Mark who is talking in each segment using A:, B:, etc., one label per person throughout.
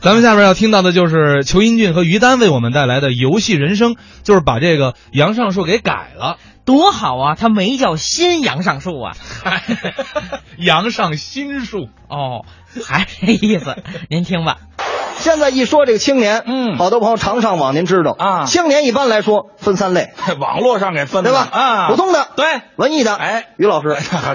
A: 咱们下面要听到的就是裘英俊和于丹为我们带来的《游戏人生》，就是把这个杨上树给改了，
B: 多好啊！他没叫新杨上树啊，
A: 杨上新树。
B: 哦，还这意思，您听吧。
C: 现在一说这个青年，
B: 嗯
C: 好多朋友常上网，您知道
B: 啊
C: 青年一般来说分三类，
D: 网络上给分
C: 对
D: 的
C: 吧？
D: 啊，
C: 普通的，
D: 对，
C: 文艺的，
D: 哎，
C: 于老师，
D: 怎么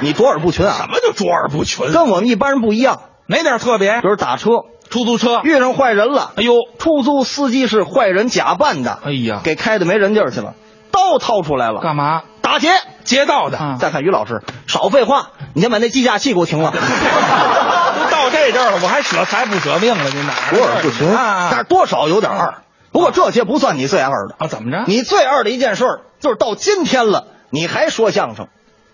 C: 你卓尔不群
D: 什
C: 啊，
D: 么就卓尔不群？
C: 跟我们一般人不一样。
D: 哪点特别
C: 比？如打车
D: 出租车。
C: 遇上坏人了，
D: 啊哎呦，
C: 出租司机是坏人假扮的，
D: 哎呀，
C: 给开的没人地儿去了，刀掏出来了，
D: 干嘛？啊
C: 打劫。
D: 街道的，
C: 再 看于老师，少废话，你先把那计价器给我停了。
D: 都 到这阵儿了，我还舍财不舍命了，您哪儿？
C: 卓尔不群，但是
D: 啊
C: 多少有点二。不过这些不算你最二的，
D: 啊！怎么着？
C: 你最二的一件事儿就是到今天了，你还说相声。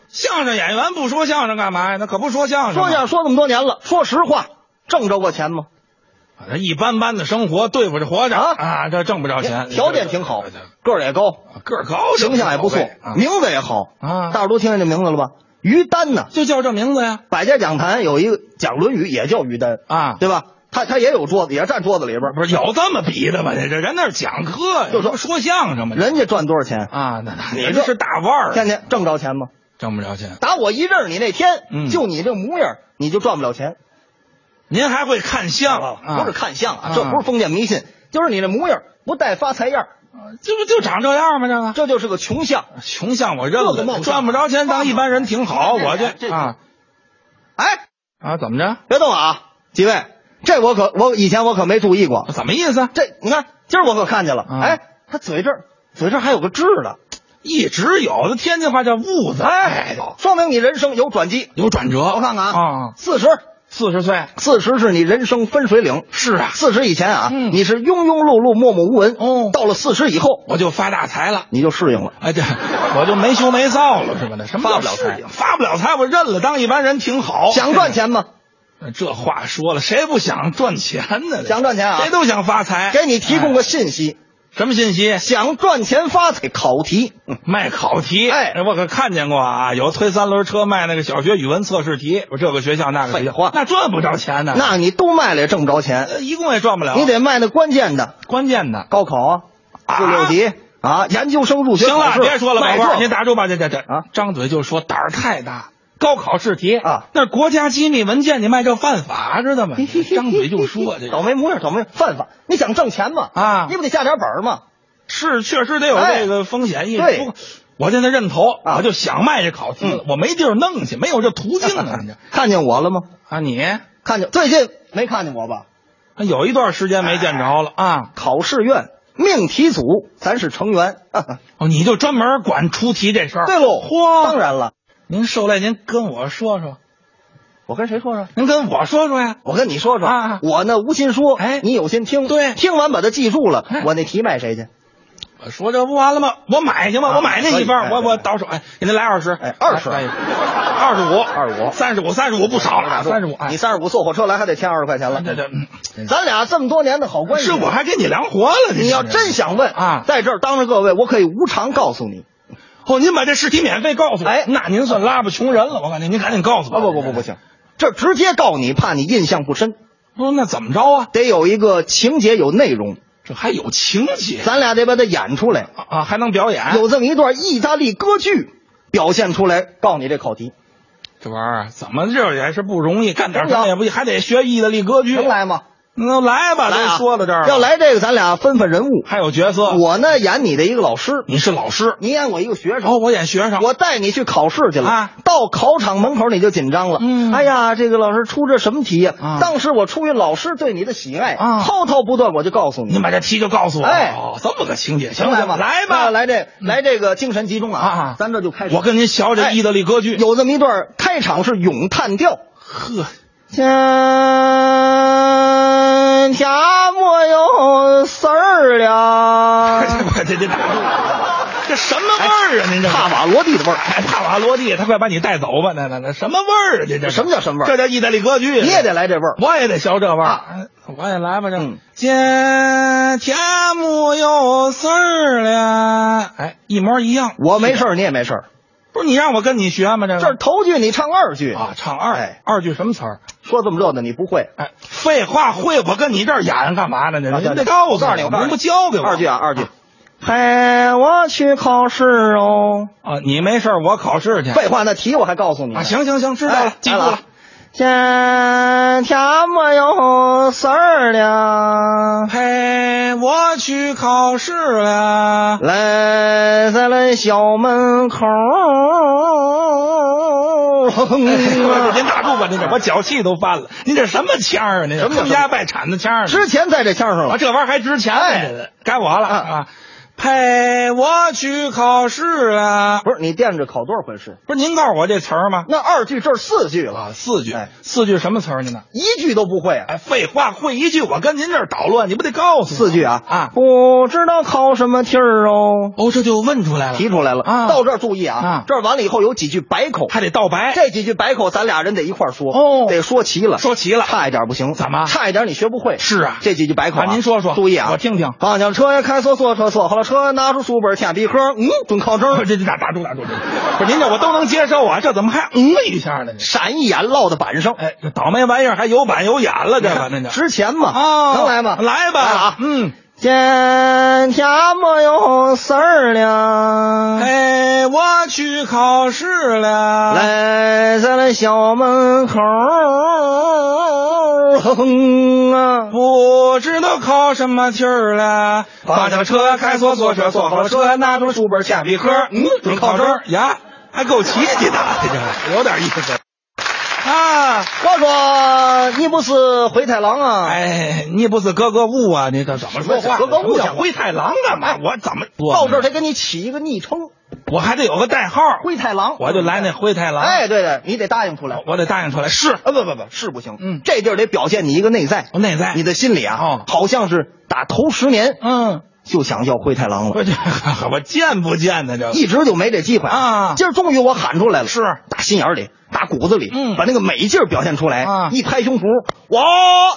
D: 相声演员不说相声干嘛呀？那可不说相声。啊
C: 说相声说这么多年了，说实话，挣着过钱吗？
D: 声，一般般的生活对付着活着
C: 啊哎
D: 啊，这挣不着钱，
C: 条件挺好，个儿也高，
D: 个儿高，
C: 形象也不错嗯
D: 啊，
C: 名字也好
D: 啊
C: 大伙儿都听见这名字了吧？于丹呢，
D: 就叫这名字呀。
C: 百家讲坛有一个讲《论语》，也叫于丹
D: 啊
C: 对吧？他他也有桌子，也站桌子里边儿，
D: 不是有这么比的吗？这这人那是讲课呀，
C: 就说
D: 说相声嘛。
C: 人家赚多少钱？
D: 啊，那那
C: 你
D: 你
C: 这
D: 这是大腕儿，
C: 天天挣着钱吗？
D: 挣不着钱。
C: 打我一认识你那天，
D: 嗯
C: 就你这模样，你就赚不了钱。
D: 您还会看相啊？
C: 不是看相啊，
D: 啊
C: 这不是封建迷信，就是你这模样不带发财样儿，
D: 这不就长这样吗？这个
C: 这就是个穷相。
D: 穷相我认
C: 这个冒
D: 了，
C: 犯
D: 赚不着钱当一般人挺好。我
C: 这
D: 这
C: 这
D: 啊
C: 哎，
D: 啊，怎么着？
C: 别动啊，几位，这我可我以前我可没注意过，
D: 怎么意思？
C: 这你看今儿我可看见了，
D: 啊
C: 哎，他嘴这儿嘴这儿还有个痣呢，
D: 一直有的天津话叫痦子，哎，
C: 说明你人生有转机。
D: 有转折。
C: 我看看啊
D: 啊，，
C: 四十，
D: 四十岁
C: 四十是你人生分水岭。
D: 是啊，
C: 四十以前啊，
D: 嗯
C: 你是庸庸碌碌、默默无闻。
D: 哦
C: 到了四十以后，
D: 我就发大财了。
C: 你就适应了。
D: 哎，对，我就没羞没臊了，是吧？那什么
C: 发
D: 叫
C: 不了
D: 适
C: 财
D: 应发不了财，我认了，当一般人挺好。
C: 想赚钱吗？
D: 这话说了，谁不想赚钱呢？
C: 想赚钱啊
D: 谁都想发财。
C: 给你提供
D: 哎
C: 个信息，
D: 什么信息？
C: 想赚钱发财考题。嗯
D: 卖考题。
C: 哎
D: 我可看见过啊，有推三轮车卖那个小学语文测试题，我这个学校那个学
C: 废
D: 校，
C: 话
D: 那赚不着钱呢。
C: 那你都卖了也挣不着钱，
D: 呃一共也赚不了。
C: 你得卖那关键的
D: 关键的。
C: 高考啊，
D: 啊
C: 四六级啊，研究生入学
D: 行
C: 考
D: 了，
C: 试。
D: 别说了，
C: 卖
D: 宝贝
C: 这
D: 儿，
C: 个
D: 您打住吧，这这这
C: 啊
D: 张嘴就说胆儿太大。高考试题
C: 啊
D: 那是国家机密文件，你卖这犯法，知道吗？张嘴就说，这
C: 倒霉模样，倒霉犯法。你想挣钱吗？
D: 啊
C: 你不得下点本儿吗？
D: 是确实得有
C: 哎
D: 这个风险意识。
C: 对
D: 不过我现在认头，
C: 啊嗯
D: 我就想卖这考题了，我没地儿弄去，没有这途径 啊！你这
C: 看见我了吗？
D: 啊，你啊
C: 看见最近没看见我吧？
D: 有一段时间没见着了啊。
C: 考试院命题组，咱是成员。
D: 哦，你就专门管出题这事儿？
C: 对喽，
D: 嚯，
C: 当。然了，
D: 您受累，您跟我说说，
C: 我跟谁说说？
D: 您跟我说说呀。
C: 我跟你说说，
D: 啊
C: 我呢无心说，
D: 哎
C: 你有心听，
D: 对
C: 听完把它记住了，
D: 哎
C: 我那题卖谁去？
D: 我说这不完了吗？我买去吗？
C: 啊
D: 我买那一
C: 可以
D: 份，我
C: 可以
D: 我到手，哎，给您来二十，
C: 哎20
D: 来二十五，
C: 25
D: 三十五，三十五不少了，三十五，哎
C: 你三十五坐火车来还得添二十块钱了。
D: 这这，嗯
C: 咱俩这么多年的好关系，啊
D: 是我还给你量活了，
C: 你要
D: 这
C: 真想问
D: 啊
C: 在这儿当着各位，我可以无偿告诉你
D: 哦，您把这试题免费告诉我，
C: 哎
D: 那您算拉不穷人了，我感觉您赶紧告诉我。
C: 啊，不不不不行，这直接告你，怕你印象不深，
D: 不是那怎么着啊？
C: 得有一个情节有内容，
D: 这还有情节
C: 咱俩得把它演出来，
D: 啊，还能表演？
C: 有这么一段意大利歌剧表现出来，告你这考题
D: 这玩意儿怎么这也是不容易，干点
C: 能不能
D: 啥也不易，还得学意大利歌剧。
C: 能，来吗？
D: 那嗯来吧，
C: 来啊
D: 都说到这儿了
C: 要，来这个，咱俩分分人物。
D: 还有角色，
C: 我呢演你的一个老师，
D: 你是老师，
C: 你演我一个学
D: 然后
C: 生。
D: 我演学生，
C: 我带你去考试去了，
D: 啊
C: 到考场门口你就紧张了。
D: 嗯
C: 哎呀，这个老师出这什么题呀、
D: 啊
C: 当时我出于老师对你的喜爱，
D: 啊
C: 滔滔不断，我就告诉
D: 您
C: 你，
D: 把这题就告诉我。
C: 哎
D: 哦，这么个情节，行
C: 来
D: 了，
C: 吧，
D: 来
C: 那
D: 吧，。
C: 啊
D: 嗯
C: 来这来这个精神集中啊，
D: 啊
C: 咱这就开始。
D: 我跟您学这意大利歌剧。
C: 哎有这么一段开场是咏叹调，
D: 呵，
C: 前天没有事儿 了，
D: 这这这打住， 这什么味儿
C: 哎
D: 啊？您这是
C: 帕瓦罗蒂的 味儿。
D: 哎，帕瓦罗蒂，他快把你带走吧！那那那什么味儿啊？这这
C: 什么叫什么味儿
D: 这叫意大利歌剧，
C: 你也得，来这味儿。
D: 我也得学这味儿、哎
C: 啊
D: 我也来吧这。
C: 嗯
D: 今天没有事儿了，哎，一模一样。
C: 我没事儿，你也没事儿，
D: 不是你让我跟你学吗？这个
C: 这是头句，你唱二句
D: 啊，唱二、
C: 哎
D: 二句什么词儿？
C: 说这么热闹，你不会？
D: 哎，废话，会我跟你这儿演干嘛呢？
C: 啊
D: 您
C: 对
D: 您得告诉
C: 我告诉你我告诉你
D: 您不教给我哎
C: 二句啊，二句。
D: 嗨，我去考试哦。啊，你没事儿我考试去。
C: 废话，那题我还告诉你呢
D: 啊，行行行，知道了
C: 哎，
D: 记住
C: 来
D: 了
C: 了。今天没有事儿了，
D: 嘿，我去考试了。
C: 来在了小门口。哦
D: 您打住吧，您这我脚气都翻了。您这什么腔儿啊？您
C: 什么叫
D: 坑家败产的腔儿呢？
C: 之前在这腔上
D: 啊，
C: 了，
D: 这玩意儿还值钱
C: 哎
D: 呢，该我了
C: 啊
D: 啊！陪我去考试了。
C: 不是你惦着考多少回试？
D: 不是您告诉我这词儿吗？
C: 那二句这是四句了，
D: 啊，四句
C: 哎，
D: 四句什么词儿您呢？
C: 一句都不会啊。
D: 哎，废话，会一句我跟您这儿捣乱，你不得告诉我
C: 四句啊
D: 啊？
C: 不知道考什么题儿哦，
D: 哦，这就问出来了，
C: 提出来了
D: 啊
C: 到这儿注意啊，
D: 啊
C: 这儿完了以后有几句白口，
D: 还得道 白。
C: 这几句白口咱俩人得一块儿说，
D: 哦
C: 得说齐了，
D: 说齐了
C: 差一点不行，
D: 怎么
C: 差一点你学不会？
D: 是啊
C: 这几句白口、
D: 啊您说说
C: 注意啊，
D: 我听听
C: 方向车呀，开锁锁车锁好了车，拿出书本舔鼻壳，嗯，准考
D: 不是
C: 证，
D: 这这打打住打住，打住不是您这我都能接受啊，这怎么还嗯了一下呢？这
C: 闪一眼落到板上，
D: 哎，这倒霉玩意儿还有板有眼了，这个那这
C: 值钱嘛，
D: 啊，
C: 能来吗？
D: 来吧，
C: 来啊，
D: 嗯，
C: 今天没有事儿了。
D: 哎，我去考试了，，
C: 来在了小门口啊，
D: 不知道考什么题儿了，
C: 把
D: 轿
C: 轿车开锁锁车锁好了车拿出书本
D: 下
C: 下笔科嗯准考证
D: 呀，还够齐齐 的，这有点意思啊。
C: 我说你不是灰太狼啊？，
D: 哎，你不是格格巫啊？你这怎么说话？
C: 格格巫
D: 我
C: 像
D: 像
C: 话
D: 灰太狼干嘛？我怎么说呢
C: 到这儿得给你起一个昵称，
D: 我还得有个代号，
C: 灰太狼。
D: 我就来那灰太狼。，
C: 哎，对对，你得答应出来。
D: 我得答应出来，是
C: 啊，不不不，是不行。
D: 嗯
C: 这地儿得表现你一个内在，
D: 我内在
C: 你的心里啊，
D: 哦
C: 好像是打头十年
D: 嗯，
C: 就想要灰太狼了，
D: 我这我见不见呢？这
C: 一直就没这机会
D: 啊
C: 今儿终于我喊出来了，
D: 是
C: 打心眼儿里，打骨子里，
D: 嗯
C: 把那个美劲儿表现出来
D: 啊
C: 一拍胸脯，
D: 我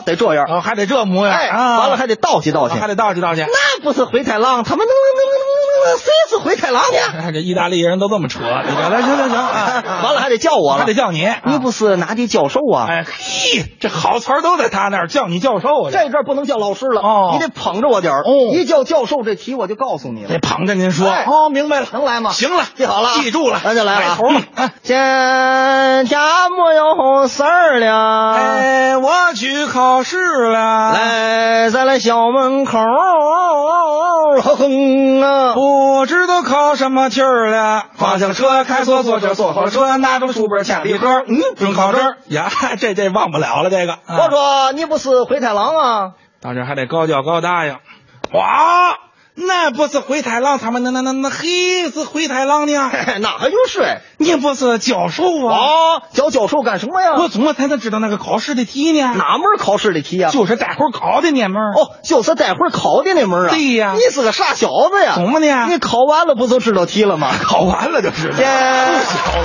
C: 得这样。
D: 哦，还得这模样，
C: 哎，
D: 啊、
C: 完了还得道谢道
D: 还
C: 谢。
D: 得道去道去。
C: 那不是灰太狼，他们能能能能能谁是灰太狼呢？
D: 哎，这意大利人都这么扯，你这来行行行啊，
C: 完了还得叫我了，
D: 还得叫你，啊
C: 你不是哪里教授啊？
D: 哎嘿，这好词儿都在他那儿，叫你教授啊，
C: 这阵儿不能叫老师了，
D: 哦
C: 你得捧着我点儿。
D: 哦
C: 一叫教授这题我就告诉你
D: 这得
C: 了。
D: 捧着您说、
C: 哎
D: 哦，明白了，
C: 能来吗？
D: 行了，
C: 记好了啊，
D: 记住了，
C: 那就来了
D: 买
C: 啊。
D: 头了。哎
C: 嗯今天没有事儿了，
D: 哎，我去考试了，，
C: 来在了小门口哼啊。
D: 不知道考什么题儿了。
C: 方向车开锁锁车锁好了车
D: 拿出书本
C: 下笔盒嗯准考证。
D: 呀， 这这忘不了了，这个。啊
C: 我说你不是灰太狼啊？
D: 到这儿还得高叫高大呀。哇，那不是灰太狼，他们那那那那嘿是灰太狼 呢？
C: 那还用睡？
D: 你不是教授啊？
C: 啊，教教授干什么呀？
D: 我怎么才能知道那个考试的题呢？
C: 哪门考试的题呀？
D: 就是待会儿考的呢门儿。
C: 哦，就是待会儿考的那门啊。
D: 对呀
C: 你是个傻小子呀？
D: 怎么呢
C: 你考完了不就知道题了吗？ 哎
D: 考完了就知道。
C: 耶
D: 不小